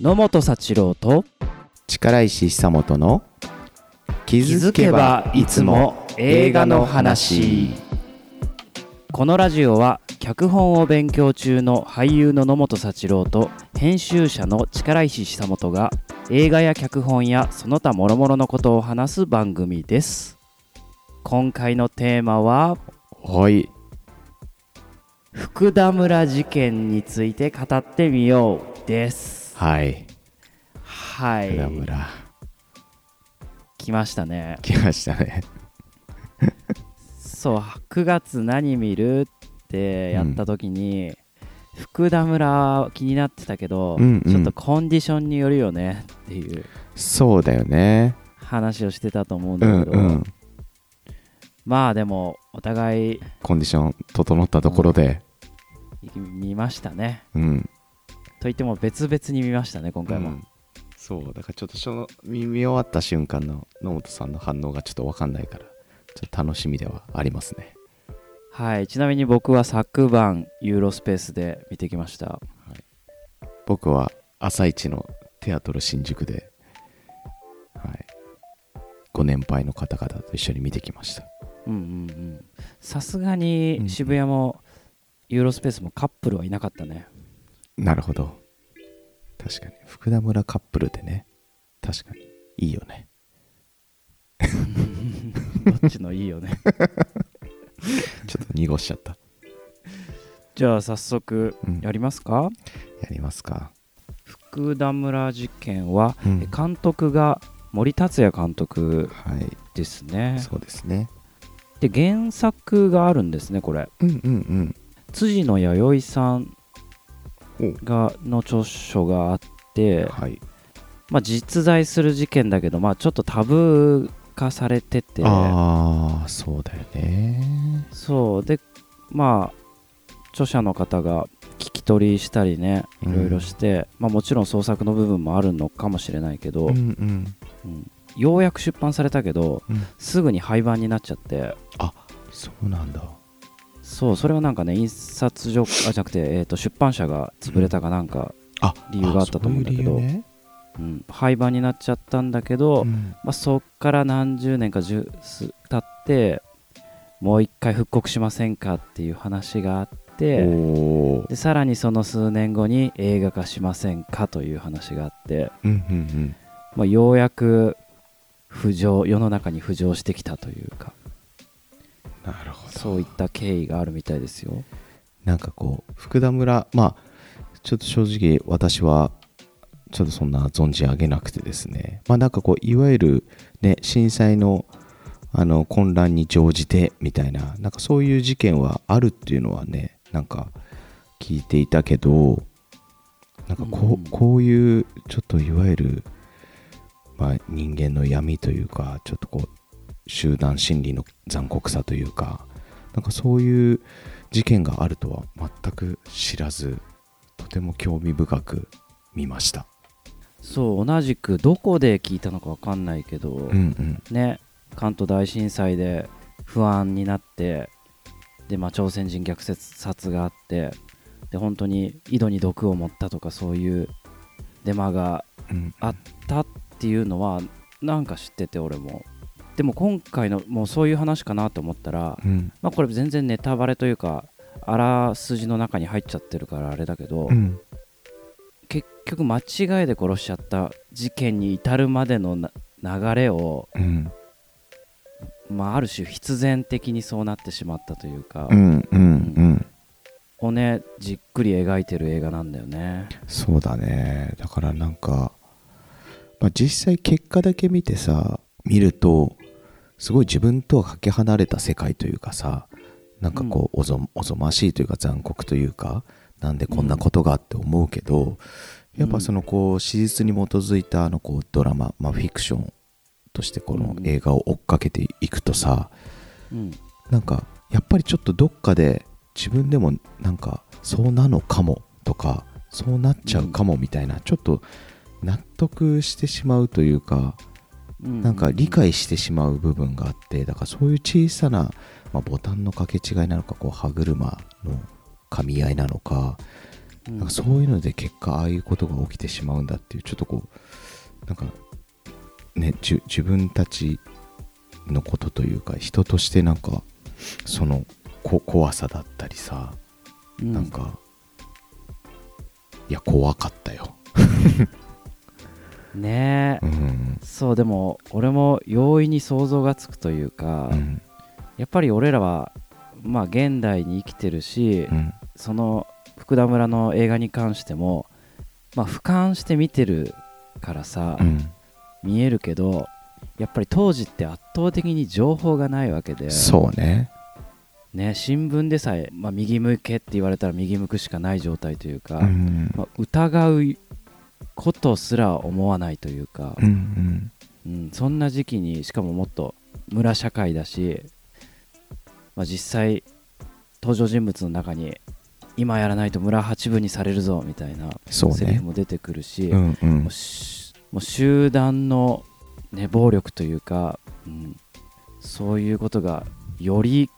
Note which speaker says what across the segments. Speaker 1: 野本幸郎と
Speaker 2: 力石久本の気
Speaker 1: 気
Speaker 2: づけばいつも映画の話
Speaker 1: このラジオは脚本を勉強中の俳優の野本幸郎と編集者の力石久本が映画や脚本やその他諸々のことを話す番組です今回のテーマは
Speaker 2: はい
Speaker 1: 福田村事件について語ってみようです
Speaker 2: はい
Speaker 1: は
Speaker 2: 福田
Speaker 1: い
Speaker 2: 村
Speaker 1: 来ましたね
Speaker 2: 来ましたね
Speaker 1: そう9月何見るってやった時に、福田村気になってたけど、
Speaker 2: うんうん
Speaker 1: ちょっとコンディションによるよねっていう
Speaker 2: そうだよね
Speaker 1: 話をしてたと思うん
Speaker 2: う
Speaker 1: だ
Speaker 2: ん
Speaker 1: けど、
Speaker 2: うん
Speaker 1: まあでもお互い
Speaker 2: コンディション整ったところで
Speaker 1: 見ましたね
Speaker 2: うん
Speaker 1: といっても別々に見ましたね今回も、
Speaker 2: うんそうだからちょっとその見見終わった瞬間の野本さんの反応がちょっと分かんないからちょっと楽しみではありますね
Speaker 1: はいちなみに僕は昨晩ユーロスペースで見てきました
Speaker 2: 僕は朝一のテアトル新宿で、はい、ご年配の方々と一緒に見てきました
Speaker 1: うんうんうんさすがに渋谷もユーロスペースもカップルはいなかったね
Speaker 2: なるほど確かに福田村カップルでね確かにいいよね
Speaker 1: どっちのいいよ ね
Speaker 2: ちょっと濁しちゃった
Speaker 1: じゃあ早速
Speaker 2: うん
Speaker 1: や
Speaker 2: や
Speaker 1: りますか、
Speaker 2: りますか、
Speaker 1: 福田村事件は
Speaker 2: うん
Speaker 1: え監督が森達也監督
Speaker 2: はい
Speaker 1: ですね
Speaker 2: そうですね
Speaker 1: で原作があるんですねこれ
Speaker 2: うんうんうん
Speaker 1: 辻野弥生さんがの著書があって、
Speaker 2: はい
Speaker 1: まあ、実在する事件だけど、まあ、ちょっとタブー化されてて
Speaker 2: ああそうだよね
Speaker 1: そうでまあ著者の方が聞き取りしたりねいろいろして、まあ、もちろん創作の部分もあるのかもしれないけど、
Speaker 2: うんうん
Speaker 1: うんようやく出版されたけど、
Speaker 2: うん
Speaker 1: すぐに廃盤になっちゃって
Speaker 2: そうなんだ
Speaker 1: そうそれはなんかね印刷所あじゃなくて、えー、と出版社が潰れたかなんか、
Speaker 2: あ
Speaker 1: 理由があったと思うんだけど
Speaker 2: あそういう理由ね
Speaker 1: うん廃盤になっちゃったんだけど、
Speaker 2: うん
Speaker 1: まあ、そっから何十年か十数経ってもう一回復刻しませんかっていう話があって
Speaker 2: おお
Speaker 1: でさらにその数年後に映画化しませんかという話があって、
Speaker 2: うんうん
Speaker 1: まあ、ようやく浮上世の中に浮上してきたというか
Speaker 2: うんなるほど
Speaker 1: そういった経緯があるみたいですよ。
Speaker 2: なんかこう福田村まあちょっと正直私はちょっとそんな存じ上げなくてですねまあなんかこういわゆるね震災のあの混乱に乗じてみたいななんかそういう事件はあるっていうのはねなんか聞いていたけどなんかこう,、
Speaker 1: うん
Speaker 2: こういうちょっといわゆる、まあ、人間の闇というかちょっとこう集団心理の残酷さというかなんかそういう事件があるとは全く知らずとても興味深く見ました
Speaker 1: そう同じくどこで聞いたのか分かんないけど、
Speaker 2: うんうん
Speaker 1: ね関東大震災で不安になってで、まあ、朝鮮人虐殺があってで本当に井戸に毒を持ったとかそういうデマが
Speaker 2: うん
Speaker 1: あったっていうのはなんか知ってて俺もでも今回のもうそういう話かなと思ったら、
Speaker 2: うん
Speaker 1: まあ、これ全然ネタバレというかあらすじの中に入っちゃってるからあれだけど、
Speaker 2: うん
Speaker 1: 結局間違いで殺しちゃった事件に至るまでのな流れを、
Speaker 2: うん
Speaker 1: まあ、ある種必然的にそうなってしまったというか、
Speaker 2: うんうんうん
Speaker 1: をねじっくり描いてる映画なんだよね
Speaker 2: そうだねだからなんか、まあ、実際結果だけ見てさ見るとすごい自分とはかけ離れた世界というかさなんかこうおぞおぞましいというか残酷というかなんでこんなことがって思うけど、やっぱそのこう史実に基づいたあのこうドラマ、まあ、フィクションとしてこの映画を追っかけていくとさ、
Speaker 1: うん
Speaker 2: なんかやっぱりちょっとどっかで自分でもなんかそうなのかもとかそうなっちゃうかもみたいな、ちょっと納得してしまうというか
Speaker 1: うん
Speaker 2: なんか理解してしまう部分があってだからそういう小さな、まあ、ボタンの掛け違いなのかこう歯車の噛み合いなのか
Speaker 1: うん
Speaker 2: なんかそういうので結果ああいうことが起きてしまうんだっていうちょっとこうなんかねじ自分たちのことというか人としてなんかそのこ怖さだったりさ
Speaker 1: うん
Speaker 2: なんか、いや怖かったよ、
Speaker 1: ねえ、
Speaker 2: うん
Speaker 1: そうでも俺も容易に想像がつくというか、
Speaker 2: うん
Speaker 1: やっぱり俺らはまあ現代に生きてるし、
Speaker 2: うん
Speaker 1: その福田村の映画に関してもまあ俯瞰して見てるからさ、
Speaker 2: うん
Speaker 1: 見えるけどやっぱり当時って圧倒的に情報がないわけで
Speaker 2: そうね
Speaker 1: ね、新聞でさえ、まあ、右向けって言われたら右向くしかない状態というか、
Speaker 2: うん
Speaker 1: まあ疑うことすら思わないというか
Speaker 2: う、ん
Speaker 1: うん、そんな時期にしかももっと村社会だし、まあ、実際登場人物の中に今やらないと村八分にされるぞみたいな
Speaker 2: そう
Speaker 1: セリ
Speaker 2: ね
Speaker 1: フも出てくるし、
Speaker 2: うんう
Speaker 1: も
Speaker 2: ん
Speaker 1: うしもう集団の、ね、暴力というか、うん、そういうことがより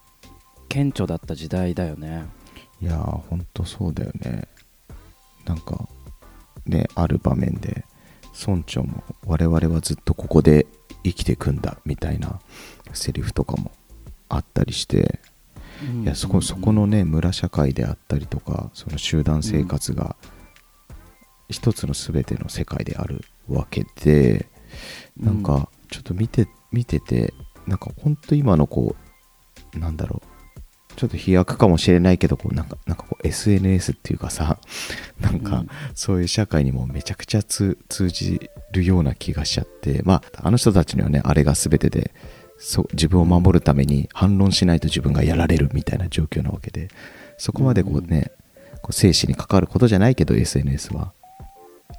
Speaker 1: 顕著だった時代だよね。
Speaker 2: いやーほんとそうだよねなんかねある場面で村長も「我々はずっとここで生きていくんだ」みたいなセリフとかもあったりしていやそこそこのね村社会であったりとかその集団生活が一つの全ての世界であるわけで
Speaker 1: うん
Speaker 2: なんかちょっと見て見ててなんかほんと今のこうなんだろうちょっと飛躍かもしれないけどこうなんかなんかこう SNS っていうかさ なん
Speaker 1: う
Speaker 2: か
Speaker 1: ん
Speaker 2: そういう社会にもめちゃくちゃ通通じるような気がしちゃってまああの人たちにはねあれが全てでそう自分を守るために反論しないと自分がやられるみたいな状況なわけでそこまでこうね、こう生死に関わることじゃないけど SNS は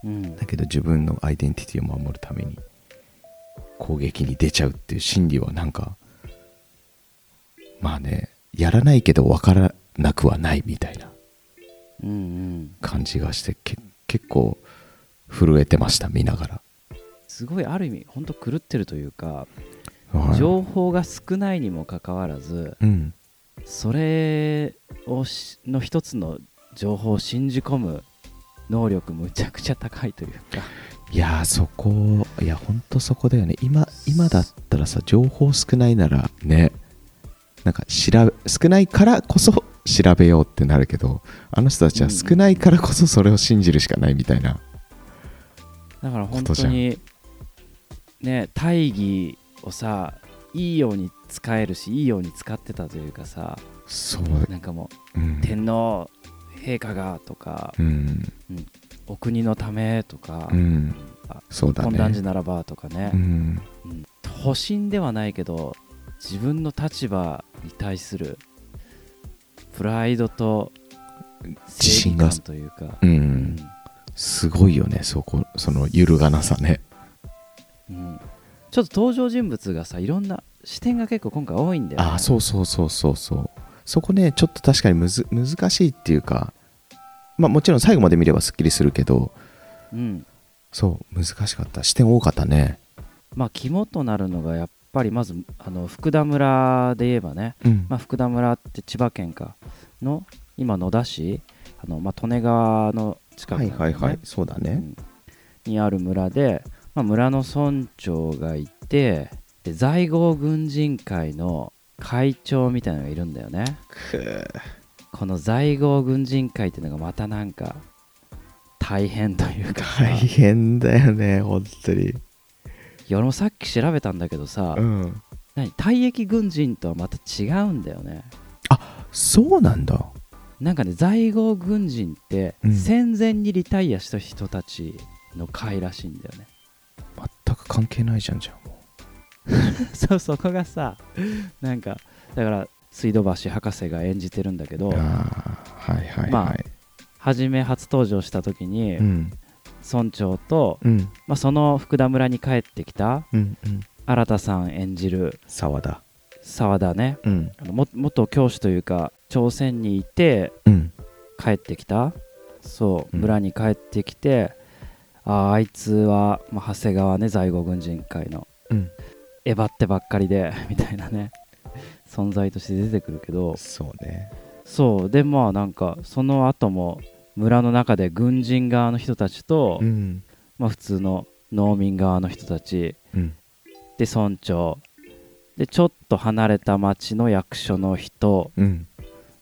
Speaker 1: うん
Speaker 2: だけど自分のアイデンティティを守るために攻撃に出ちゃうっていう心理はなんかまあねやらないけど分からなくはないみたいな
Speaker 1: うんうん、
Speaker 2: 感じがしてけ結構震えてました見ながら、
Speaker 1: すごいある意味本当狂ってるというか、
Speaker 2: はい
Speaker 1: 情報が少ないにもかかわらず
Speaker 2: うん
Speaker 1: それをしの一つの情報を信じ込む能力むちゃくちゃ高いというか、
Speaker 2: いやーそこいやほんとそこだよね今今だったらさ情報少ないならねなんか調べ少ないからこそ調べようってなるけどあの人たちは少ないからこそそれを信じるしかないみたいな、
Speaker 1: だから本
Speaker 2: ことじ
Speaker 1: 当
Speaker 2: ゃ
Speaker 1: にね大義をさいいように使えるしいいように使ってたというかさ
Speaker 2: そう
Speaker 1: なんかも
Speaker 2: う
Speaker 1: うん天皇陛下がとか
Speaker 2: うん、
Speaker 1: お国のためとか
Speaker 2: うん
Speaker 1: あ、
Speaker 2: そうだ
Speaker 1: 混乱時
Speaker 2: ね
Speaker 1: ならばとかね
Speaker 2: うん
Speaker 1: うん保身ではないけど自分の立場に対するプライドと
Speaker 2: 自信が
Speaker 1: 正義感というか、
Speaker 2: う
Speaker 1: うん
Speaker 2: すごいよねそこその揺るがなさね
Speaker 1: うんちょっと登場人物がさいろんな視点が結構今回多いんだよね
Speaker 2: あそうそうそうそうそうそこねちょっと確かにむず難しいっていうかまあもちろん最後まで見ればすっきりするけど
Speaker 1: うん
Speaker 2: そう難しかった視点多かったね
Speaker 1: まあ肝となるのがやっぱりまずあの福田村で言えばね、
Speaker 2: うん
Speaker 1: まあ、福田村って千葉県かの今野田市あの、まあ、利根川の近く
Speaker 2: は
Speaker 1: なん
Speaker 2: い
Speaker 1: だよね
Speaker 2: はいはいそうだ
Speaker 1: う
Speaker 2: ね
Speaker 1: んにある村で、まあ、村の村長がいてで在郷軍人会の会長みたいなのがいるんだよねこの在郷軍人会っていうのがまたなんか大変というかさ
Speaker 2: 大変だよね本当に
Speaker 1: いや俺もさっき調べたんだけどさ、
Speaker 2: うん
Speaker 1: 何退役軍人とはまた違うんだよね
Speaker 2: そうなんだ
Speaker 1: なんかね在郷軍人って
Speaker 2: うん
Speaker 1: 戦前にリタイアした人たちの会らしいんだよね、
Speaker 2: 全く関係ないじゃんじゃんも
Speaker 1: そうそこがさなんかだから水道橋博士が演じてるんだけど
Speaker 2: うああはいはいはい、
Speaker 1: まあ初め初登場した時に
Speaker 2: うん
Speaker 1: 村長と、
Speaker 2: うん
Speaker 1: まあ、その福田村に帰ってきた
Speaker 2: うんうん
Speaker 1: 新田さん演じる
Speaker 2: 沢田
Speaker 1: 沢田ね
Speaker 2: うん
Speaker 1: あのも元教師というか朝鮮にいて
Speaker 2: うん
Speaker 1: 帰ってきたそう
Speaker 2: うん
Speaker 1: 村に帰ってきて、あーあいつは、まあ、長谷川ね在郷軍人会の
Speaker 2: うん
Speaker 1: えばってばっかりで みたいなね存在として出てくるけど
Speaker 2: そうね
Speaker 1: そうでまあなんかその後も村の中で軍人側の人たちと、
Speaker 2: うん
Speaker 1: まあ、普通の農民側の人たち
Speaker 2: うん
Speaker 1: で村長でちょっと離れた町の役所の人
Speaker 2: うん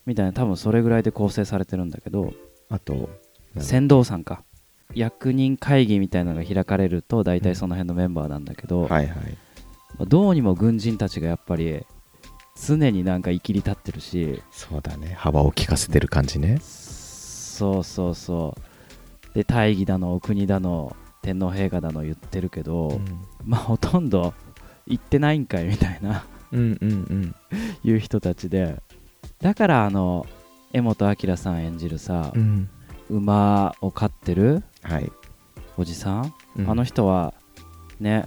Speaker 1: みたいな多分それぐらいで構成されてるんだけど
Speaker 2: あとなんだ
Speaker 1: 船頭さんか役人会議みたいなのが開かれると大体その辺のメンバーなんだけど、
Speaker 2: はいはい
Speaker 1: まあどうにも軍人たちがやっぱり常になんか生きり立ってるし
Speaker 2: そうだね幅を利かせてる感じね
Speaker 1: そうそうそうで大義だのお国だの天皇陛下だの言ってるけど、まあほとんど行ってないんかいみたいな
Speaker 2: うんうんうん
Speaker 1: いう人たちでだからあの柄本明さん演じるさ、
Speaker 2: ん
Speaker 1: 馬を飼ってる
Speaker 2: はい
Speaker 1: おじさん、
Speaker 2: うん
Speaker 1: あの人はね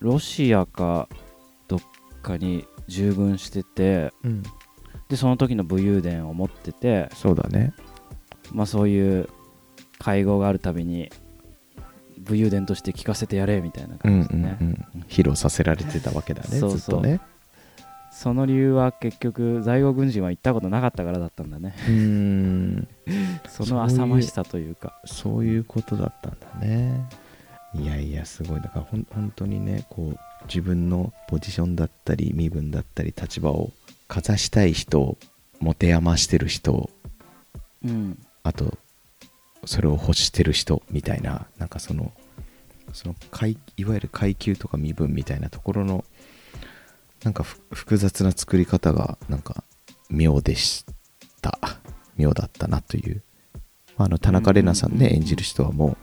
Speaker 1: ロシアかどっかに従軍してて
Speaker 2: うん
Speaker 1: でその時の武勇伝を持ってて
Speaker 2: そうだね
Speaker 1: まあそういう会合があるたびに武勇伝として聞かせてやれみたいな
Speaker 2: うん
Speaker 1: 感
Speaker 2: う
Speaker 1: じで
Speaker 2: ん
Speaker 1: ね、
Speaker 2: うん披露させられてたわけだね
Speaker 1: そうそう
Speaker 2: ずっとね
Speaker 1: その理由は結局在郷軍人は行ったことなかったからだったんだ ね
Speaker 2: うん
Speaker 1: その浅ましさというか
Speaker 2: そういうことだったんだねいやいやすごいだからほん本当にねこう自分のポジションだったり身分だったり立場をかざしたい人持て余してる人
Speaker 1: うん
Speaker 2: あとそれを欲してる人みたいななんかそのその階いわゆる階級とか身分みたいなところのなんかふ複雑な作り方がなんか妙でした妙だったなという、まあ、あの田中玲奈さ
Speaker 1: う
Speaker 2: んね
Speaker 1: んうんうんうん
Speaker 2: 演じる人はも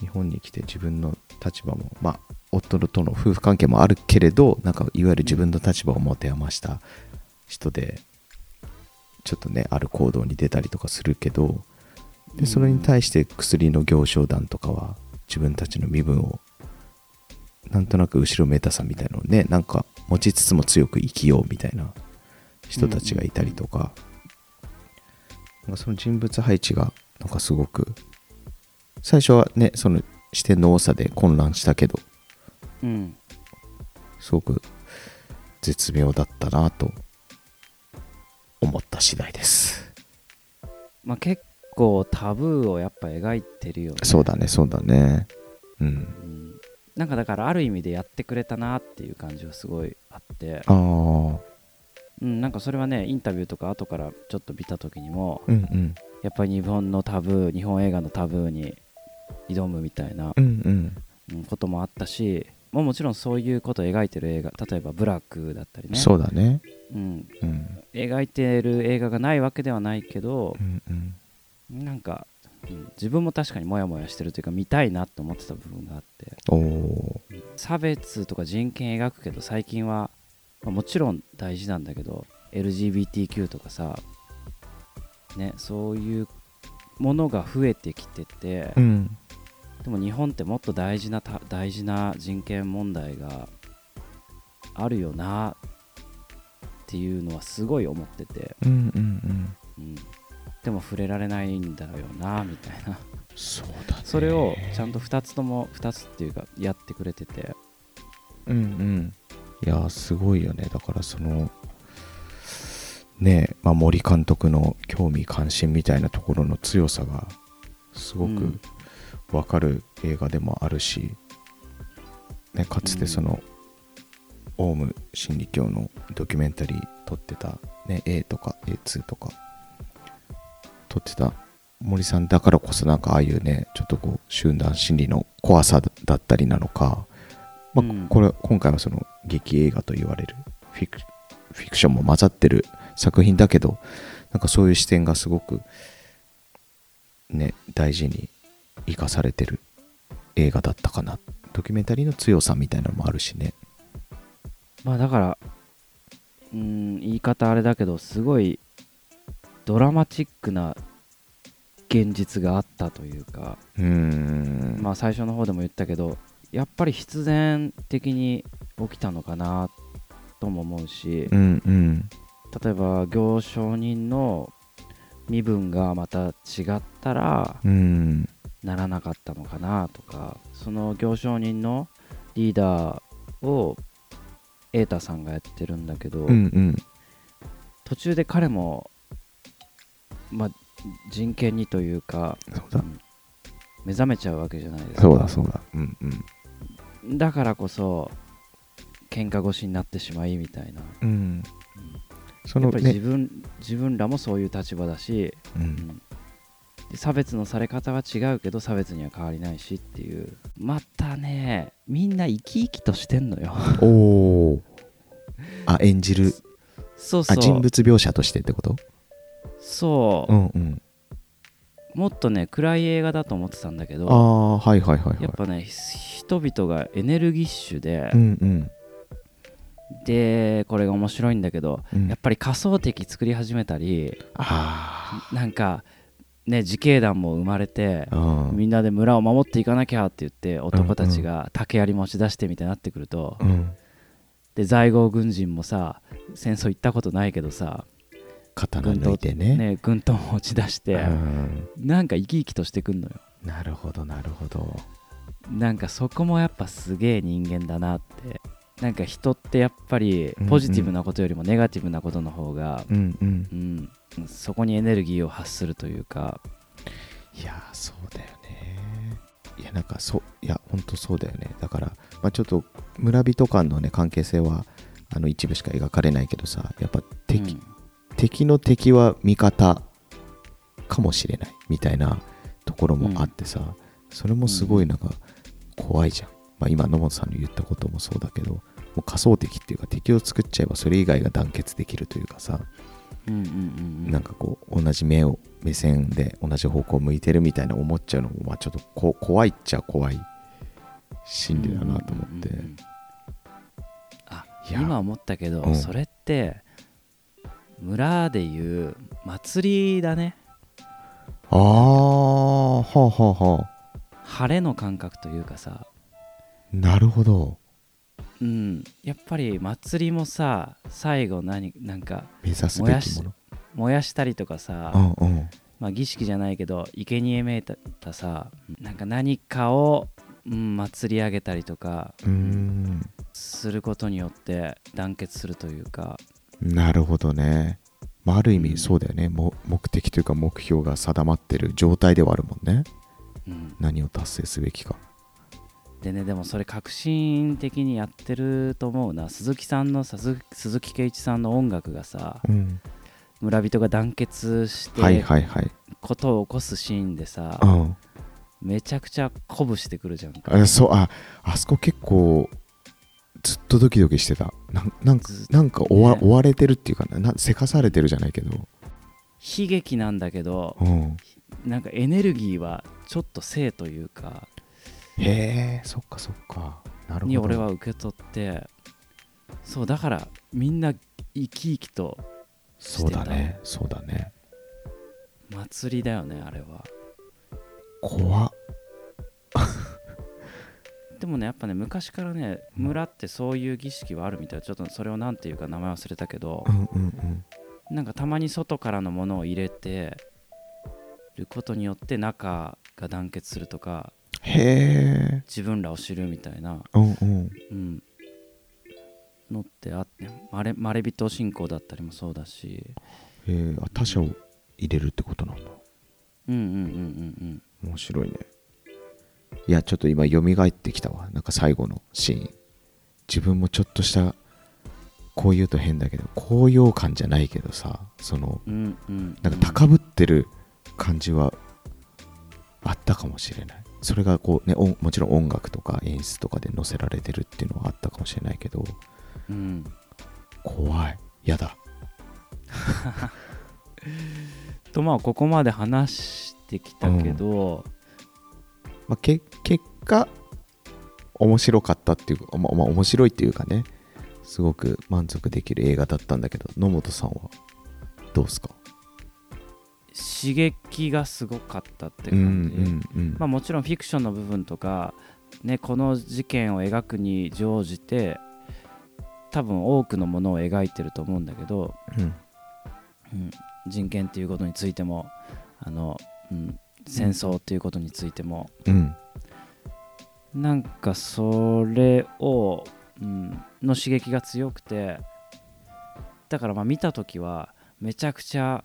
Speaker 2: う日本に来て自分の立場もまあ夫との夫婦関係もあるけれどなんかいわゆる自分の立場を持て余した人でちょっとねある行動に出たりとかするけどでそれに対して薬の行商団とかは自分たちの身分をなんとなく後ろめたさみたいなのをねなんか持ちつつも強く生きようみたいな人たちがいたりとか、なんかその人物配置がなんかすごく最初はねその視点の多さで混乱したけど
Speaker 1: うん
Speaker 2: すごく絶妙だったなと思った次第です
Speaker 1: まあ結構タブーをやっぱ描いてるよね
Speaker 2: そうだねそうだねうん
Speaker 1: うんなんかだからある意味でやってくれたなっていう感じはすごいあって
Speaker 2: ああうん
Speaker 1: うん、なんかそれはねインタビューとか後からちょっと見た時にも
Speaker 2: うん
Speaker 1: やっぱり日本のタブー日本映画のタブーに挑むみたいな
Speaker 2: うんうん
Speaker 1: うんこともあったしもうもちろんそういうことを描いてる映画例えば「ブラック」だったりね
Speaker 2: そうだね
Speaker 1: うん、
Speaker 2: うん
Speaker 1: 描いてる映画がないわけではないけど
Speaker 2: うんうん
Speaker 1: なんか、うん自分も確かにモヤモヤしてるというか見たいなと思ってた部分があって
Speaker 2: おお
Speaker 1: 差別とか人権描くけど最近は、まあもちろん大事なんだけど LGBTQ とかさねそういうものが増えてきてて、
Speaker 2: うん
Speaker 1: でも日本ってもっと大事なた大事な人権問題があるよなっていうのはすごい思ってて、
Speaker 2: うんうんうん
Speaker 1: うん、でも触れられないんだろうなみたいな
Speaker 2: そうだね
Speaker 1: それをちゃんと2つとも2つっていうかやってくれてて
Speaker 2: うんうんいやーすごいよねだからそのねえ、まあ、森監督の興味関心みたいなところの強さがすご
Speaker 1: う
Speaker 2: く
Speaker 1: ん
Speaker 2: わかる映画でもあるし、ね、かつてその、オウム真理教のドキュメンタリー撮ってた、ね、A とか A2 とか撮ってた森さんだからこそなんかああいうねちょっとこう集団心理の怖さだったりなのか、まあ
Speaker 1: うん
Speaker 2: これ今回はその劇映画と言われるフィクフィクションも混ざってる作品だけどなんかそういう視点がすごくね大事に生かされてる映画だったかなドキュメンタリーの強さみたいなのもあるしね
Speaker 1: まあだからうん言い方あれだけどすごいドラマチックな現実があったというか、
Speaker 2: うーん
Speaker 1: まあ最初の方でも言ったけどやっぱり必然的に起きたのかなとも思うし、
Speaker 2: うんうん
Speaker 1: 例えば行商人の身分がまた違ったら
Speaker 2: うん
Speaker 1: ならなかったのかなとかその行商人のリーダーを瑛太さんがやってるんだけど、
Speaker 2: うんうん
Speaker 1: 途中で彼も、まあ、人権にというか
Speaker 2: そうだ
Speaker 1: 目覚めちゃうわけじゃないですか
Speaker 2: そうだそうだうんうん
Speaker 1: だからこそ喧嘩腰になってしまいみたいな
Speaker 2: うんそ
Speaker 1: や
Speaker 2: の
Speaker 1: っぱり自
Speaker 2: ね、
Speaker 1: 分,、自分らもそういう立場だし、
Speaker 2: う、
Speaker 1: うんんで差別のされ方は違うけど差別には変わりないしっていうまたねみんな生き生きとしてんのよ
Speaker 2: お おあ演じる
Speaker 1: そうそ
Speaker 2: あ
Speaker 1: う
Speaker 2: 人物描写としてってこと
Speaker 1: そう
Speaker 2: う、んうん
Speaker 1: もっとね暗い映画だと思ってたんだけ
Speaker 2: あ
Speaker 1: ど
Speaker 2: あはいはいはいはい
Speaker 1: やっぱね人々がエネルギッシュで
Speaker 2: う、んうん
Speaker 1: でこれが面白いんだけど
Speaker 2: うん
Speaker 1: やっぱり仮想敵作り始めたり
Speaker 2: あ
Speaker 1: なんかね自警団も生まれて
Speaker 2: あうん
Speaker 1: みんなで村を守っていかなきゃって言って男たちが竹槍持ち出してみたいになってくると
Speaker 2: うん
Speaker 1: で在郷軍人もさ戦争行ったことないけどさ軍
Speaker 2: 刀抜
Speaker 1: 刀
Speaker 2: いてね
Speaker 1: ね軍刀持ち出して
Speaker 2: うん
Speaker 1: なんか生き生きとしてくんのよ
Speaker 2: なるほどなるほど
Speaker 1: なんかそこもやっぱすげえ人間だなってなんか人ってやっぱりポジティブなことよりもネガティブなことの方が、
Speaker 2: うんうん
Speaker 1: うんそこにエネルギーを発するというか
Speaker 2: いやーそうだよねいやなんかそういやほんとそうだよねだから、まあ、ちょっと村人間のね関係性はあの一部しか描かれないけどさやっぱ
Speaker 1: う
Speaker 2: 敵,、
Speaker 1: ん
Speaker 2: 敵の敵は味方かもしれないみたいなところもあってさ、それもすごいなんか怖いじゃん、まあ、今野本さんの言ったこともそうだけどもう仮想敵っていうか敵を作っちゃえばそれ以外が団結できるというか
Speaker 1: う
Speaker 2: さ、
Speaker 1: んうんうんうん
Speaker 2: なんかこう同じ目を目線で同じ方向を向いてるみたいな思っちゃうのもまあちょっとこ怖いっちゃ怖い心理だなと思って
Speaker 1: うんうんうんうんあ
Speaker 2: いや
Speaker 1: 今思ったけど、
Speaker 2: うん
Speaker 1: それって村でいう祭りだね
Speaker 2: ああはあはあはあ
Speaker 1: 晴れの感覚というかさ
Speaker 2: なるほど
Speaker 1: うんやっぱり祭りもさ最後何なんか
Speaker 2: 目指すべきもの
Speaker 1: 燃やしたりとかさ、
Speaker 2: うんうん
Speaker 1: まあ、儀式じゃないけど生贄めいたさなんか何かを、うん、祭り上げたりとか
Speaker 2: うーん
Speaker 1: することによって団結するというか
Speaker 2: なるほどね、まあ、ある意
Speaker 1: うん
Speaker 2: 味そうだよね、も目的というか目標が定まってる状態ではあるもんね
Speaker 1: うん、
Speaker 2: 何を達成すべきか
Speaker 1: でねでもそれ革新的にやってると思うな鈴木さんのさ鈴鈴木圭一さんの音楽がさ
Speaker 2: うん
Speaker 1: 村人が団結し
Speaker 2: はい
Speaker 1: て
Speaker 2: はいはい、
Speaker 1: ことを起こすシーンでさ、
Speaker 2: うん、
Speaker 1: めちゃくちゃ鼓舞してくるじゃんか
Speaker 2: あそうああそこ結構ずっとドキドキしてたなんなんか
Speaker 1: ずっと
Speaker 2: なんか追わ,、
Speaker 1: ね
Speaker 2: 追われてるっていうかななせかされてるじゃないけど、
Speaker 1: 悲劇なんだけど
Speaker 2: うん、
Speaker 1: なんかエネルギーはちょっと性というか
Speaker 2: へえそっかそっかなるほど
Speaker 1: に俺は受け取ってそうだからみんな生き生きと
Speaker 2: そうだねそうだね
Speaker 1: 祭りだよねあれは
Speaker 2: 怖っ
Speaker 1: でもねやっぱね昔からね村ってそういう儀式はあるみたいちょっとそれを何ていうか名前忘れたけど
Speaker 2: うんうんうん
Speaker 1: なんかたまに外からのものを入れてることによって中が団結するとか
Speaker 2: へえ
Speaker 1: 自分らを知るみたいな
Speaker 2: うんうん
Speaker 1: うんのってあってまれまれびと信仰だったりもそうだし
Speaker 2: へーあ他者を入れるってことなんだ
Speaker 1: うんうんうんうん
Speaker 2: 面白いねいやちょっと今蘇ってきたわなんか最後のシーン自分もちょっとしたこう言うと変だけど高揚感じゃないけどさその
Speaker 1: うんうんうん
Speaker 2: なんか高ぶってる感じはあったかもしれないそれがこうね音もちろん音楽とか演出とかで載せられてるっていうのはあったかもしれないけど
Speaker 1: うん
Speaker 2: 怖いやだ
Speaker 1: とまあここまで話してきたけど、
Speaker 2: まあ、け結果面白かったっていうか、まあまあ、面白いっていうかねすごく満足できる映画だったんだけど野本さんはどうですか
Speaker 1: 刺激がすごかったって
Speaker 2: うん
Speaker 1: 感じ、
Speaker 2: うんうん
Speaker 1: まあ、もちろんフィクションの部分とか、ね、この事件を描くに乗じて多分多くのものを描いてると思うんだけど、
Speaker 2: うん
Speaker 1: うん、人権っていうことについてもあの、うん、戦争っていうことについても、
Speaker 2: うん
Speaker 1: なんかそれを、うん、の刺激が強くてだからまあ見た時はめちゃくちゃ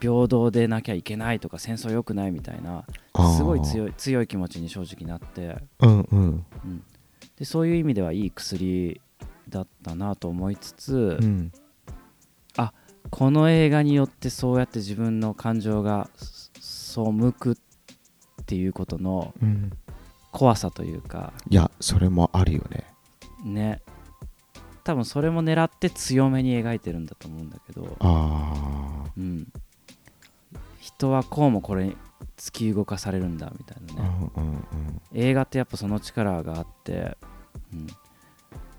Speaker 1: 平等でなきゃいけないとか戦争良くないみたいな
Speaker 2: あー
Speaker 1: すごい強い強い気持ちに正直なって、
Speaker 2: うんうん
Speaker 1: うん、でそういう意味ではいい薬だったなと思いつつ、
Speaker 2: うん
Speaker 1: この映画によってそうやって自分の感情がそ背くっていうことの
Speaker 2: うん
Speaker 1: 怖さというか
Speaker 2: いやそれもあるよね
Speaker 1: ね多分それも狙って強めに描いてるんだと思うんだけど、
Speaker 2: あー
Speaker 1: うん、人はこうもこれに突き動かされるんだみたいな
Speaker 2: う
Speaker 1: ね
Speaker 2: んうんうん
Speaker 1: 映画ってやっぱその力があって、うん、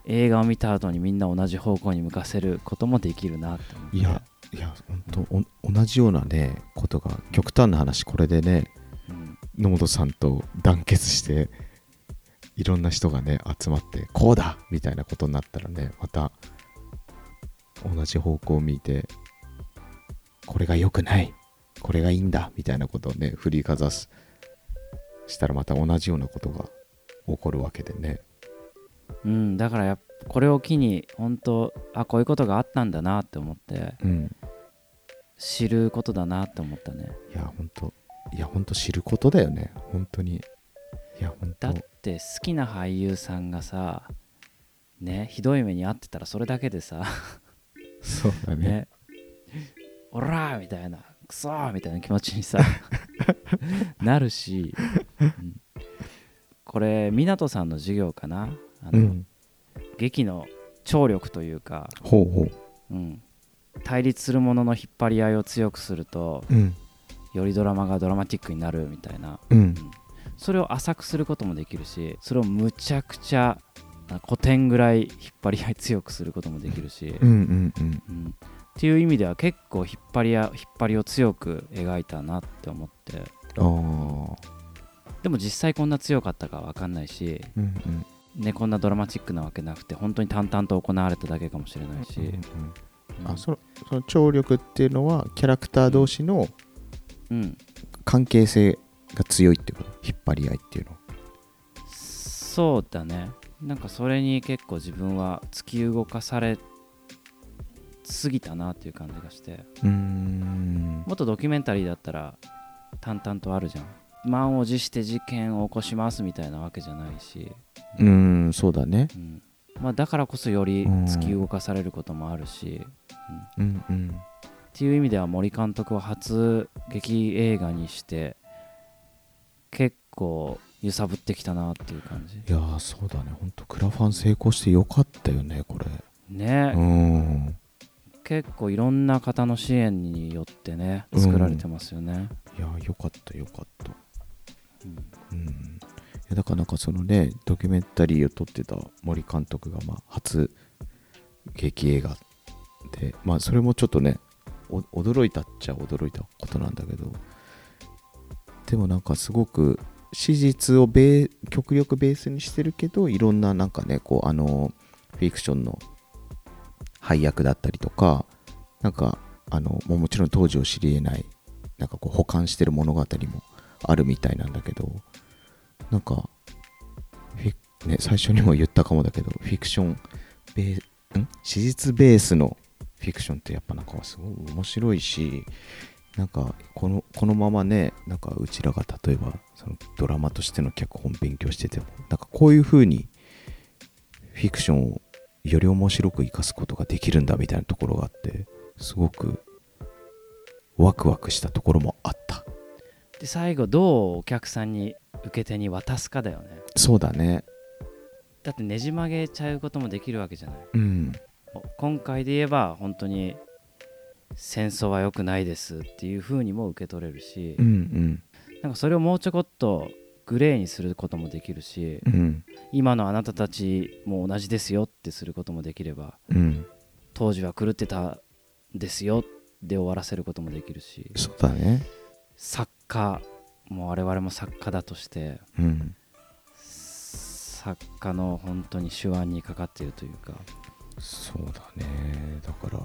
Speaker 1: 映画を見た後にみんな同じ方向に向かせることもできるなって思って
Speaker 2: いや、いや本当同じようなねことが極端な話これでね
Speaker 1: うん
Speaker 2: 野本さんと団結していろんな人がね集まってこうだみたいなことになったらねまた同じ方向を見てこれが良くないこれがいいんだみたいなことをね振りかざすしたらまた同じようなことが起こるわけでね
Speaker 1: うん、だからやっぱこれを機に本当あこういうことがあったんだなって思って
Speaker 2: うん
Speaker 1: 知ることだなって思ったね
Speaker 2: いや本当いや本当知ることだよね本当にいや本
Speaker 1: だ
Speaker 2: 当
Speaker 1: って好きな俳優さんがさねひどい目に遭ってたらそれだけでさ
Speaker 2: そうだね
Speaker 1: ねオラーみたいなクソーみたいな気持ちに さなるし、うんこれ湊さんの授業かなあ
Speaker 2: う
Speaker 1: の、
Speaker 2: ん
Speaker 1: 劇の張力というか、
Speaker 2: ほうほう
Speaker 1: うん、対立するものの引っ張り合いを強くすると
Speaker 2: うん
Speaker 1: よりドラマがドラマティックになるみたいな
Speaker 2: うん
Speaker 1: それを浅くすることもできるしそれをむちゃくちゃあ古典ぐらい引っ張り合い強くすることもできるし、
Speaker 2: うんうんうん
Speaker 1: うんっていう意味では結構引っ張りや引っ張りを強く描いたなって思って
Speaker 2: ああ
Speaker 1: でも実際こんな強かったか分かんないし、
Speaker 2: うんうん
Speaker 1: ね、こんなドラマチックなわけなくて本当に淡々と行われただけかもしれないし、うん
Speaker 2: あそのその聴力っていうのはキャラクター同士の
Speaker 1: うん、
Speaker 2: 関係性が強いってこと引っ張り合いっていうの
Speaker 1: そうだねなんかそれに結構自分は突き動かされすぎたなっていう感じがして。
Speaker 2: うん
Speaker 1: もっとドキュメンタリーだったら淡々とあるじゃん満を持して事件を起こしますみたいなわけじゃないし、
Speaker 2: うんそうだね
Speaker 1: うんまあ、だからこそより
Speaker 2: うん
Speaker 1: 突き動かされることもあるし、
Speaker 2: うんうん
Speaker 1: っていう意味では森監督を初劇映画にして結構揺さぶってきたなっていう感じ
Speaker 2: いやーそうだね本当クラファン成功してよかったよねこれ
Speaker 1: ね、
Speaker 2: うん
Speaker 1: 結構いろんな方の支援によってね
Speaker 2: うん
Speaker 1: 作られてますよね、
Speaker 2: いやーよかったよかった
Speaker 1: うん
Speaker 2: うんいやだからなんかそのねドキュメンタリーを撮ってた森監督がまあ初劇映画でまあそれもちょっとねお驚いたっちゃ驚いたことなんだけどでもなんかすごく史実をベー極力ベースにしてるけどいろんななんかねこうあのフィクションの配役だったりとかなんかあのもうもちろん当時を知り得ないなんかこう保管してる物語もあるみたいなんだけどなんかフィ、ね、最初にも言ったかもだけどフィクションベースん史実ベースのフィクションってやっぱなんかすごい面白いしなんかこのこのままねなんかうちらが例えばそのドラマとしての脚本勉強しててもなんかこういう風にフィクションをより面白く活かすことができるんだみたいなところがあってすごくワクワクしたところもあった
Speaker 1: で最後どうお客さんに受け手に渡すかだよね
Speaker 2: そうだね
Speaker 1: だってねじ曲げちゃうこともできるわけじゃない
Speaker 2: うん
Speaker 1: 今回で言えば本当に戦争は良くないですっていう風にも受け取れるし、
Speaker 2: うん
Speaker 1: なんかそれをもうちょこっとグレーにすることもできるし
Speaker 2: うんうん
Speaker 1: 今のあなたたちも同じですよってすることもできれば
Speaker 2: うん
Speaker 1: 当時は狂ってたんですよで終わらせることもできるし
Speaker 2: そうだね
Speaker 1: 作家もう我々も作家だとして
Speaker 2: うん
Speaker 1: 作家の本当に手腕にかかっているというか
Speaker 2: そうだねだから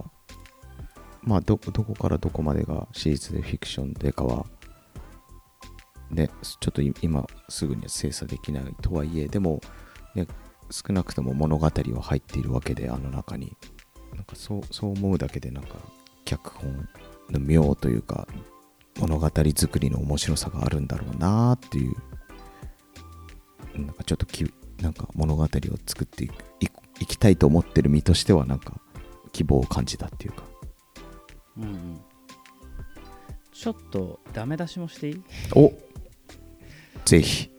Speaker 2: まあどどこからどこまでが史実でフィクションでかはねちょっとい今すぐには精査できないとはいえでも、ね、少なくとも物語は入っているわけであの中になんかそうそう思うだけでなんか脚本の妙というか物語作りの面白さがあるんだろうなっていうなんかちょっときなんか物語を作っていくいいきたいと思ってる身としてはなんか希望を感じたっていうか
Speaker 1: うんうんちょっとダメ出しもしてい い
Speaker 2: おぜひ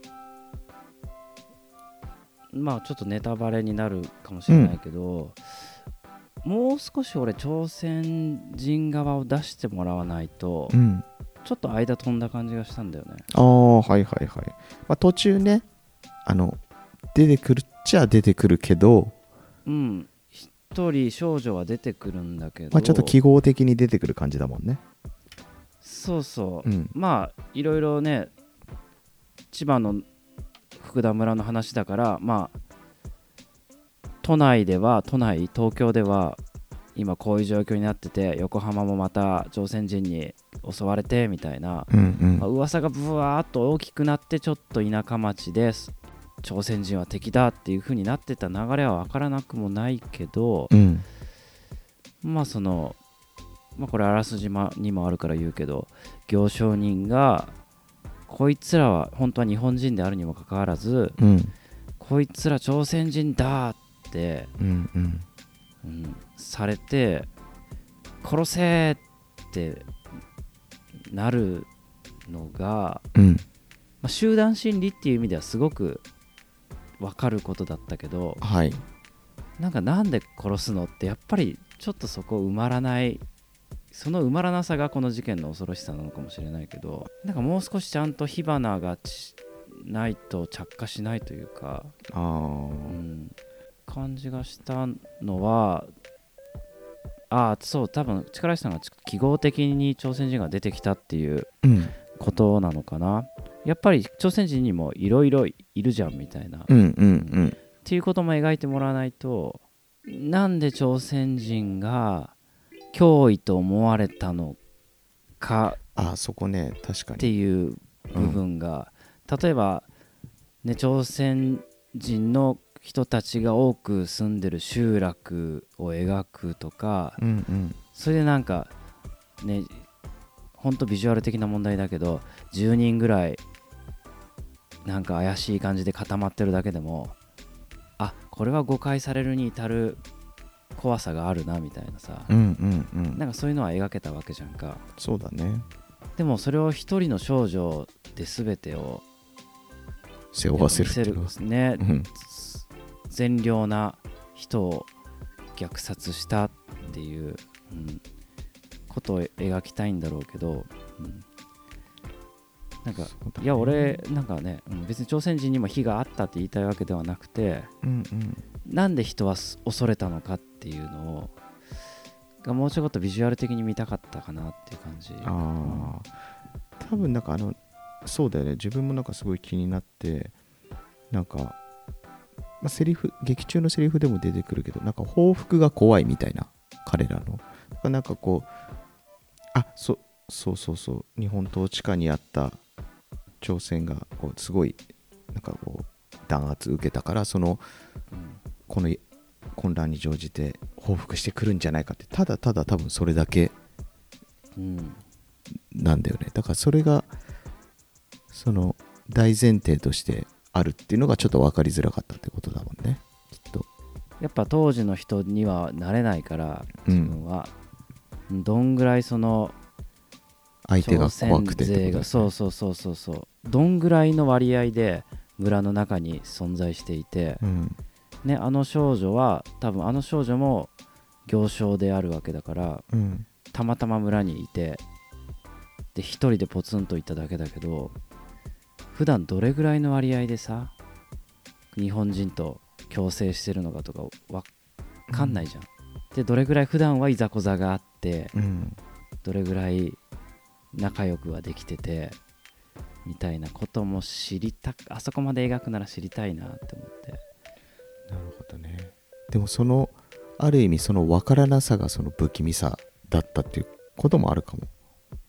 Speaker 1: まあちょっとネタバレになるかもしれないけど、もう少し俺朝鮮人側を出してもらわないと、
Speaker 2: ん
Speaker 1: ちょっと間飛んだ感じがしたんだよね
Speaker 2: ああはいはいはい、まあ、途中ねあの出てくるっちゃ出てくるけど、
Speaker 1: うん一人少女は出てくるんだけど、
Speaker 2: まあ、ちょっと記号的に出てくる感じだもんね
Speaker 1: そうそう、
Speaker 2: ん
Speaker 1: まあいろいろね千葉の福田村の話だからまあ都内では都内東京では今こういう状況になってて横浜もまた朝鮮人に襲われてみたいな、
Speaker 2: うんうん
Speaker 1: まあ、噂がブワーっと大きくなってちょっと田舎町です朝鮮人は敵だっていう風になってた流れは分からなくもないけど、
Speaker 2: うん
Speaker 1: まあその、まあ、これあらすじまにもあるから言うけど行商人がこいつらは本当は日本人であるにもかかわらず
Speaker 2: うん
Speaker 1: こいつら朝鮮人だって、
Speaker 2: うんうん
Speaker 1: うんされて殺せってなるのが、
Speaker 2: うん
Speaker 1: まあ、集団心理っていう意味ではすごく分かることだったけど
Speaker 2: はい
Speaker 1: なんかなんで殺すのってやっぱりちょっとそこ埋まらないその埋まらなさがこの事件の恐ろしさなのかもしれないけどなんかもう少しちゃんと火花がちないと着火しないというか、
Speaker 2: あ
Speaker 1: う
Speaker 2: ー
Speaker 1: ん、感じがしたのはああそう多分力石さんがち記号的に朝鮮人が出てきたっていう
Speaker 2: うん
Speaker 1: ことなのかなやっぱり朝鮮人にもいろいろいるじゃんみたいな
Speaker 2: うんうん
Speaker 1: っていうことも描いてもらわないとなんで朝鮮人が脅威と思われたのか
Speaker 2: あーそこね確か
Speaker 1: っ
Speaker 2: に
Speaker 1: ていう部分が、例えば、ね、朝鮮人の人たちが多く住んでる集落を描くとか
Speaker 2: うんうん
Speaker 1: それでなんかねほんとビジュアル的な問題だけど10人ぐらいなんか怪しい感じで固まってるだけでもあこれは誤解されるに至る怖さがあるなみたいなさ、
Speaker 2: うんうんうん
Speaker 1: なんかそういうのは描けたわけじゃんか
Speaker 2: そうだね
Speaker 1: でもそれを一人の少女で全てを
Speaker 2: 背負わせる
Speaker 1: 見
Speaker 2: って
Speaker 1: せ
Speaker 2: いうの
Speaker 1: るね
Speaker 2: はうん
Speaker 1: 善良な人を虐殺したっていう、うんことを描きたいんだろうけど、うんなんか
Speaker 2: そうだね
Speaker 1: いや俺なんかねうん別に朝鮮人にも非があったって言いたいわけではなくて
Speaker 2: うんうん
Speaker 1: なんで人はす恐れたのかっていうのをがもうちょっとビジュアル的に見たかったかなっていう感じ
Speaker 2: ああ多分なんかあのそうだよね自分もなんかすごい気になってなんか、まあ、セリフ劇中のセリフでも出てくるけどなんか報復が怖いみたいな彼らのだからなんかこうあそそうそうそう日本統治下にあった朝鮮がこうすごいなんかこう弾圧受けたからその
Speaker 1: うん
Speaker 2: この混乱に乗じて報復してくるんじゃないかってただただ多分それだけ
Speaker 1: うん
Speaker 2: なんだよねだからそれがその大前提としてあるっていうのがちょっと分かりづらかったってことだもんねきっと
Speaker 1: やっぱ当時の人にはなれないから
Speaker 2: うん
Speaker 1: 自分は、うんどんぐらいその
Speaker 2: 相手が
Speaker 1: 朝
Speaker 2: 怖
Speaker 1: 鮮
Speaker 2: くてってこと
Speaker 1: 勢
Speaker 2: だよ
Speaker 1: が
Speaker 2: ね
Speaker 1: そうそうそうそうそうどんぐらいの割合で村の中に存在していて、
Speaker 2: うん
Speaker 1: ねあの少女は多分あの少女も行商であるわけだから
Speaker 2: うん
Speaker 1: たまたま村にいてで一人でポツンといただけだけど普段どれぐらいの割合でさ日本人と共生してるのかとかわかんないじゃん。でどれぐらい普段はいざこざがあって
Speaker 2: うん
Speaker 1: どれぐらい仲良くはできててみたいなことも知りたくあそこまで描くなら知りたいなって思って
Speaker 2: なるほどねでもそのある意味その分からなさがその不気味さだったっていうこともあるかも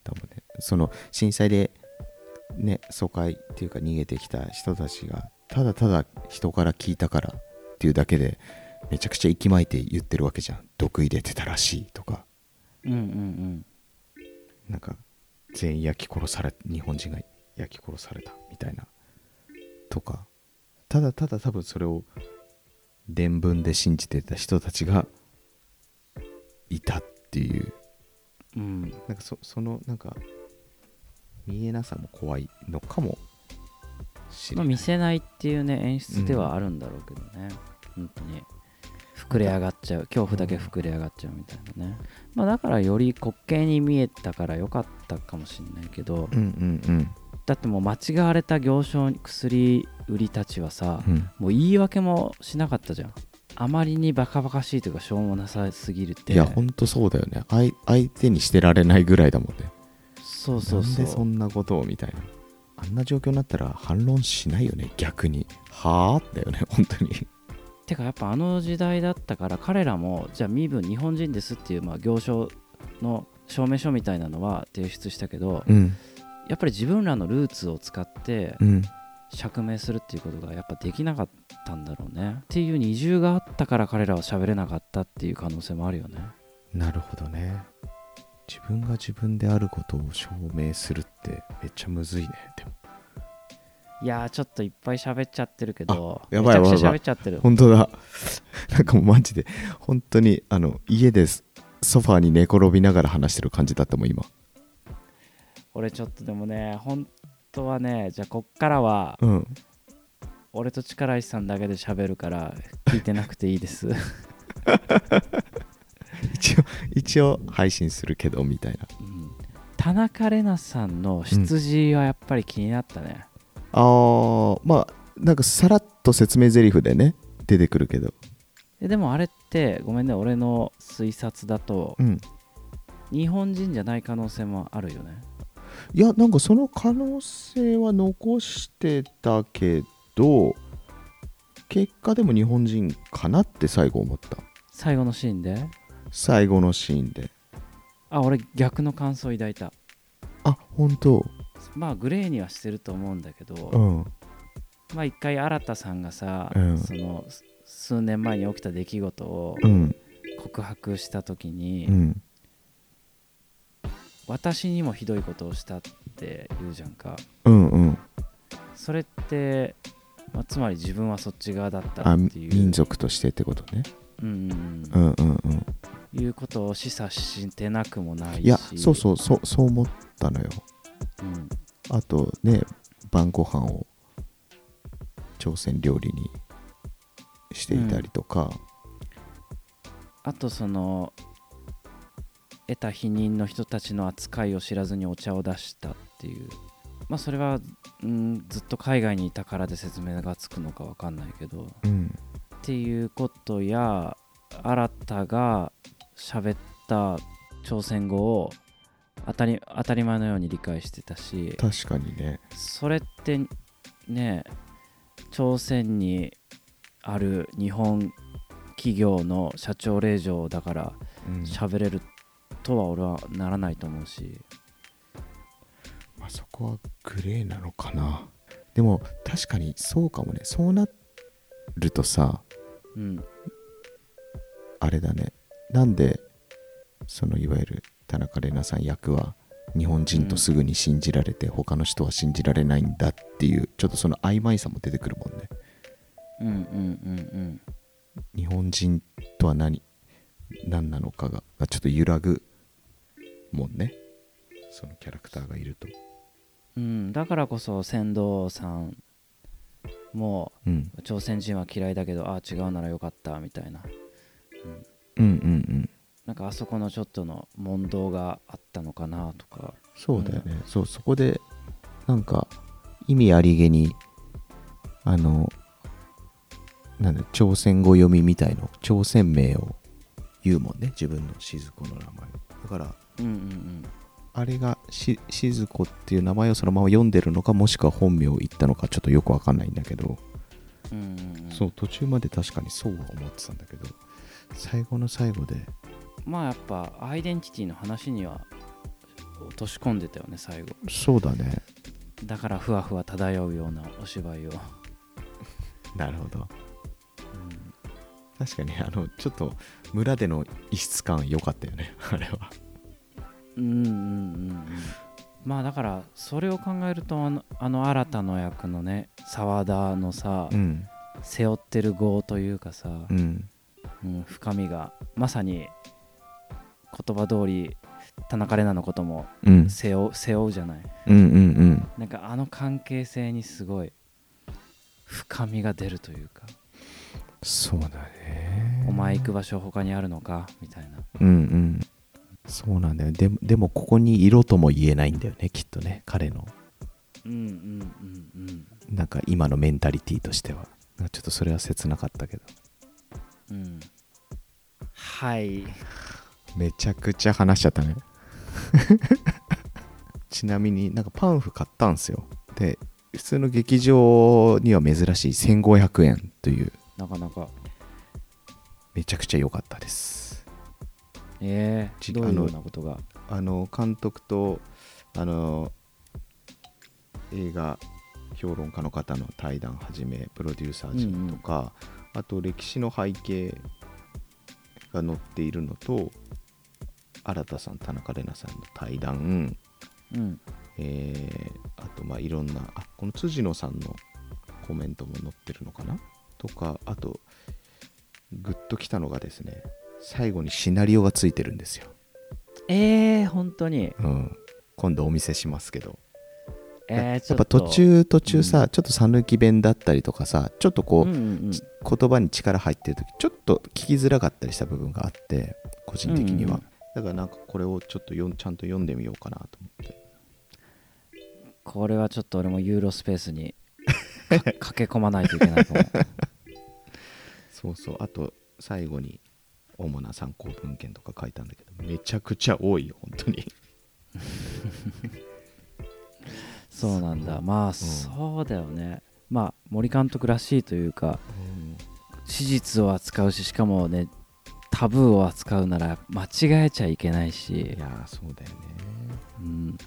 Speaker 2: だもんねその震災でね疎開っていうか逃げてきた人たちがただただ人から聞いたからっていうだけでめちゃくちゃ息巻いて言ってるわけじゃん毒入れてたらしいとか
Speaker 1: うんうん
Speaker 2: なんか全員焼き殺され日本人が焼き殺されたみたいなとかただただ多分それを伝聞で信じてた人たちがいたっていう
Speaker 1: うん
Speaker 2: なんかそそのなんか見えなさも怖いのかもしれ
Speaker 1: まあ、
Speaker 2: ない、
Speaker 1: 見せないっていうね演出ではあるんだろうけどね、本当に膨れ上がっちゃう恐怖だけ膨れ上がっちゃうみたいなね、まあ、だからより滑稽に見えたから良かったかもしれないけど
Speaker 2: うんうん
Speaker 1: だってもう間違われた行商薬売りたちはさ、
Speaker 2: うんうん
Speaker 1: もう言い訳もしなかったじゃんあまりにバカバカしいというかしょうもなさすぎるって
Speaker 2: いやほんとそうだよね相相手にしてられないぐらいだもんね
Speaker 1: そうそう
Speaker 2: なん
Speaker 1: そ
Speaker 2: で
Speaker 1: う
Speaker 2: そんなことをみたいなあんな状況になったら反論しないよね逆にはあだよね本当に
Speaker 1: てかやっぱあの時代だったから彼らもじゃあ身分日本人ですっていうまあ行商の証明書みたいなのは提出したけど
Speaker 2: うん
Speaker 1: やっぱり自分らのルーツを使って
Speaker 2: うん
Speaker 1: 釈明するっていうことがやっぱできなかったんだろうねっていう二重があったから彼らは喋れなかったっていう可能性もあるよね
Speaker 2: なるほどね自分が自分であることを証明するってめっちゃむずいねでも
Speaker 1: いやーちょっといっぱい喋っちゃってるけど
Speaker 2: あやばいやばい
Speaker 1: めちゃくちゃ喋っちゃってる
Speaker 2: 本当だなんかもうマジで本当にあの家ですソファーに寝転びながら話してる感じだったもん今
Speaker 1: 俺ちょっとでもね本当はねじゃあこっからは
Speaker 2: うん
Speaker 1: 俺と力石さんだけで喋るから聞いてなくていいです
Speaker 2: 一応一応配信するけどみたいな
Speaker 1: うん田中玲奈さんの羊はやっぱり気になったね、
Speaker 2: あーまあなんかさらっと説明台詞でね出てくるけど
Speaker 1: えでもあれってごめんね俺の推察だと
Speaker 2: うん
Speaker 1: 日本人じゃない可能性もあるよね
Speaker 2: いやなんかその可能性は残してたけど結果でも日本人かなって最後思った
Speaker 1: 最後のシーンで
Speaker 2: 最後のシーンで
Speaker 1: あ俺逆の感想抱いた
Speaker 2: あ本当
Speaker 1: まあグレーにはしてると思うんだけど、
Speaker 2: ん
Speaker 1: まあ一回新田さんがさ、
Speaker 2: うん
Speaker 1: そのす数年前に起きた出来事を
Speaker 2: うん
Speaker 1: 告白した時に、
Speaker 2: うん
Speaker 1: 私にもひどいことをしたって言うじゃんか
Speaker 2: うんうん
Speaker 1: それって、まあつまり自分はそっち側だった
Speaker 2: あ
Speaker 1: っていう
Speaker 2: 民族としてってことね
Speaker 1: うんうん
Speaker 2: うんうんうん
Speaker 1: うんいうことを示唆してなくもないし
Speaker 2: いやそうそうそうそう思ったのよ
Speaker 1: う、ん、
Speaker 2: あとね晩ご飯を朝鮮料理にしていたりとか、
Speaker 1: あとその得た否認の人たちの扱いを知らずにお茶を出したっていうまあそれは、うん、ずっと海外にいたからで説明がつくのかわかんないけど
Speaker 2: うん
Speaker 1: っていうことや新たが喋った朝鮮語を当たり当たり前のように理解してたし
Speaker 2: 確かにね
Speaker 1: それってね朝鮮にある日本企業の社長令嬢だから
Speaker 2: うん
Speaker 1: 喋れるとは俺はならないと思うし
Speaker 2: まあ、そこはグレーなのかなでも確かにそうかもねそうなるとさ
Speaker 1: うん
Speaker 2: あれだねなんでそのいわゆる田中玲奈さん役は日本人とすぐに信じられて、他の人は信じられないんだっていうちょっとその曖昧さも出てくるもんね
Speaker 1: うんうんうん
Speaker 2: 日本人とは何何なのかががちょっと揺らぐもんねそのキャラクターがいると
Speaker 1: うんうんだからこそ船頭さんも
Speaker 2: うん
Speaker 1: 朝鮮人は嫌いだけどああ違うならよかったみたいな
Speaker 2: うんうんうん
Speaker 1: なんかあそこのちょっとの問答があったのかなとか
Speaker 2: そうだよね、そうそこでなんか意味ありげにあのなんだ朝鮮語読みみたいの朝鮮名を言うもんね自分の静子の名前だから
Speaker 1: うんうん
Speaker 2: あれがし静子っていう名前をそのまま読んでるのかもしくは本名を言ったのかちょっとよくわかんないんだけど、
Speaker 1: うんうんうんうん
Speaker 2: そう途中まで確かにそうは思ってたんだけど最後の最後で
Speaker 1: まあやっぱアイデンティティの話には落とし込んでたよね最後
Speaker 2: そうだね
Speaker 1: だからふわふわ漂うようなお芝居を、
Speaker 2: なるほど
Speaker 1: うん
Speaker 2: 確かにあのちょっと村での異質感良かったよねあれは
Speaker 1: うんうんうんうんまあだからそれを考えるとあのあの新たの役のね沢田のさ、
Speaker 2: うん
Speaker 1: 背負ってる業というかさ
Speaker 2: う、ん
Speaker 1: うん深みがまさに言葉通り田中玲奈のことも
Speaker 2: うん
Speaker 1: 背負う背負うじゃない
Speaker 2: うんうん
Speaker 1: なんかあの関係性にすごい深みが出るというか、
Speaker 2: そうだね
Speaker 1: お前行く場所他にあるのかみたいな
Speaker 2: うんうんそうなんだよでもでもここにいろとも言えないんだよねきっとね彼の
Speaker 1: うんうんうんうん
Speaker 2: なんか今のメンタリティーとしてはなんかちょっとそれは切なかったけど
Speaker 1: うんはい
Speaker 2: めちゃくちゃ話しちゃったね ちなみになんかパンフ買ったんすよで普通の劇場には珍しい1500円という
Speaker 1: なかなか
Speaker 2: めちゃくちゃ良かったです
Speaker 1: ええ
Speaker 2: ち
Speaker 1: どういうよ
Speaker 2: あ
Speaker 1: う
Speaker 2: の
Speaker 1: なことが
Speaker 2: あの監督とあの映画評論家の方の対談はじめプロデューサー陣とか、あと歴史の背景が載っているのと新田さん田中玲奈さんの対談
Speaker 1: うん
Speaker 2: えーあとまあいろんなあこの辻野さんのコメントも載ってるのかなとかあとグッときたのがですね最後にシナリオがついてるんですよ、
Speaker 1: ええ本当に
Speaker 2: うん、今度お見せしますけど
Speaker 1: えー、ち
Speaker 2: や
Speaker 1: ょっ
Speaker 2: っぱ
Speaker 1: と
Speaker 2: 途中途中さ、
Speaker 1: う
Speaker 2: ちょっと讃岐弁だったりとかさちょっとこう、
Speaker 1: うんうんうん
Speaker 2: 言葉に力入ってる時ちょっと聞きづらかったりした部分があって個人的には、
Speaker 1: うんうん
Speaker 2: だからなんかこれをちょっとよんちゃんと読んでみようかなと思って
Speaker 1: これはちょっと俺もユーロスペースにか 駆け込まないといけないかも
Speaker 2: そうそうあと最後に主な参考文献とか書いたんだけどめちゃくちゃ多いよ本当に
Speaker 1: そうなんだまあそうだよね、まあ森監督らしいというか史実を扱うししかもねタブーを扱うなら間違えちゃいけないし
Speaker 2: い、やーそうだよね
Speaker 1: うん、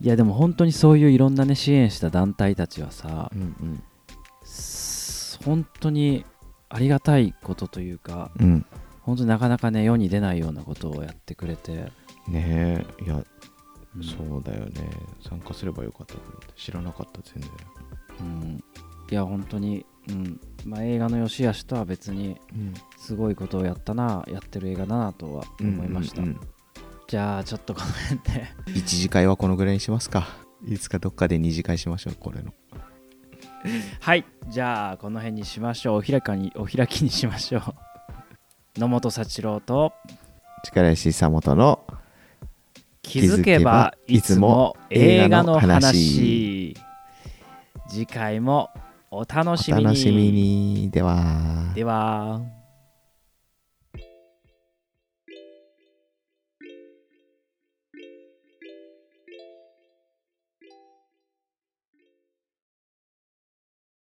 Speaker 1: いやでも本当にそういういろんなね支援した団体たちはさ
Speaker 2: うんうん
Speaker 1: す本当にありがたいことというか
Speaker 2: うん
Speaker 1: 本当になかなかね世に出ないようなことをやってくれて、
Speaker 2: ねえいや、
Speaker 1: うん
Speaker 2: そうだよね参加すればよかったと思って知らなかった全然
Speaker 1: うん、いや本当に、うんまあ、映画の良し悪しとは別にすごいことをやったなやってる映画だなとは思いました、
Speaker 2: うんうんうん
Speaker 1: じゃあちょっとこの辺で
Speaker 2: 一次会はこのぐらいにしますかいつかどっかで二次会しましょうこれの
Speaker 1: はいじゃあこの辺にしましょうお開かにお開きにしましょう 野本幸郎と
Speaker 2: 力石久本の
Speaker 1: 気づけばいつも映画の話次回もお楽
Speaker 2: お
Speaker 1: しみに
Speaker 2: 楽しみにでは
Speaker 1: では